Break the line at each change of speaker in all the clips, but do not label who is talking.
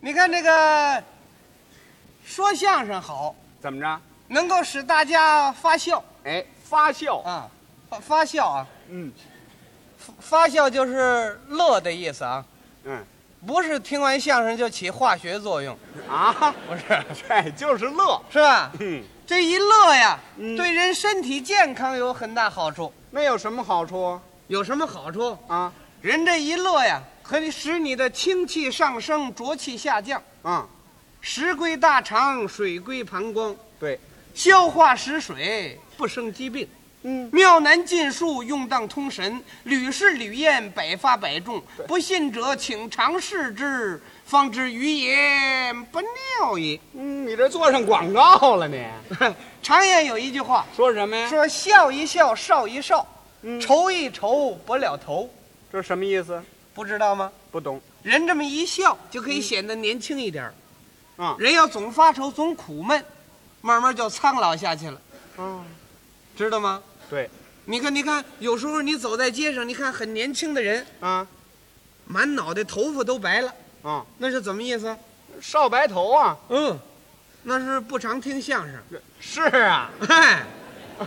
你看这个说相声好，
怎么着？
能够使大家发笑
哎，发笑，
啊，发发笑啊，
嗯
发发笑就是乐的意思啊，
嗯，
不是听完相声就起化学作用，
啊，
不 是，
这就是乐，
是吧？
嗯，
这一乐呀，
嗯
对人身体健康有很大好处。
那有什么好处
有什么好处？
啊？
人这一乐呀，可以使你的清气上升，浊气下降，
啊，
食归大肠，水归膀胱，
对，
消化食水，不生疾病。
嗯，
妙难尽数，用当通神。屡试屡验，百发百中。不信者，请尝试之，方知鱼言不妙也。
嗯，你这做上广告了你？
常言有一句话
说什么呀？
说：“笑一笑，少一少，
嗯
愁一愁，不了头。
这什么意思？”
不知道吗？
不懂
人这么一笑，就可以显得年轻一点儿。
啊
人要总发愁、总苦闷，慢慢就苍老下去了，
啊，
知道吗？
对
你看，你看，有时候你走在街上，你看很年轻的人，
啊
满脑袋头发都白了，
啊，
那是怎么意思？
少白头啊，
嗯，那是不常听相声。
是啊，
哎，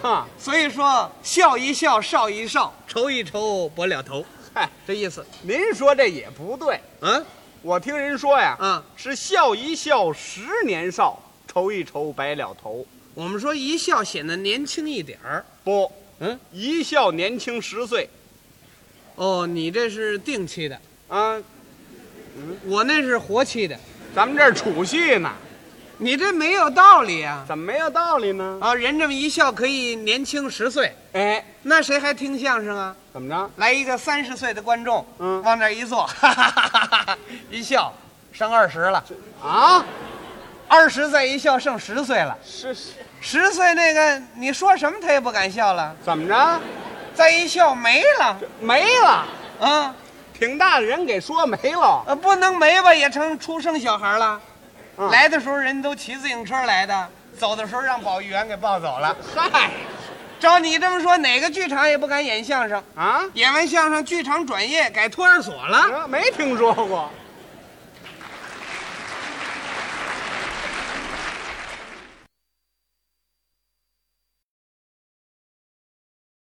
啊，
所以说笑一笑，少一少，愁一愁，不了头，
嗨，
这意思。
您说这也不对，
嗯
我听人说呀，
啊，
是笑一笑，十年少，愁一愁，白了头。
我们说一笑显得年轻一点儿。
不，
嗯，
一笑年轻十岁
哦，你这是定期的，
啊，
我那是活期的，
咱们这儿储蓄呢，
你这没有道理啊！
怎么没有道理呢？
啊，人这么一笑可以年轻十岁，
哎，
那谁还听相声啊？
怎么着？
来一个三十岁的观众，
嗯
往那儿一坐，哈哈哈哈哈，一笑，剩二十了；
啊，
二十再一笑，剩十岁了；
是是，
十岁那个你说什么他也不敢笑了，
怎么着？
再一笑没了
没了，
啊！
挺大的人给说没了。
呃，不能没吧，也成出生小孩了。
嗯
来的时候人都骑自行车来的，走的时候让保育员给抱走了。
嗨，
照你这么说，哪个剧场也不敢演相声。
啊，
演完相声，剧场转业改托儿所了。
没听说过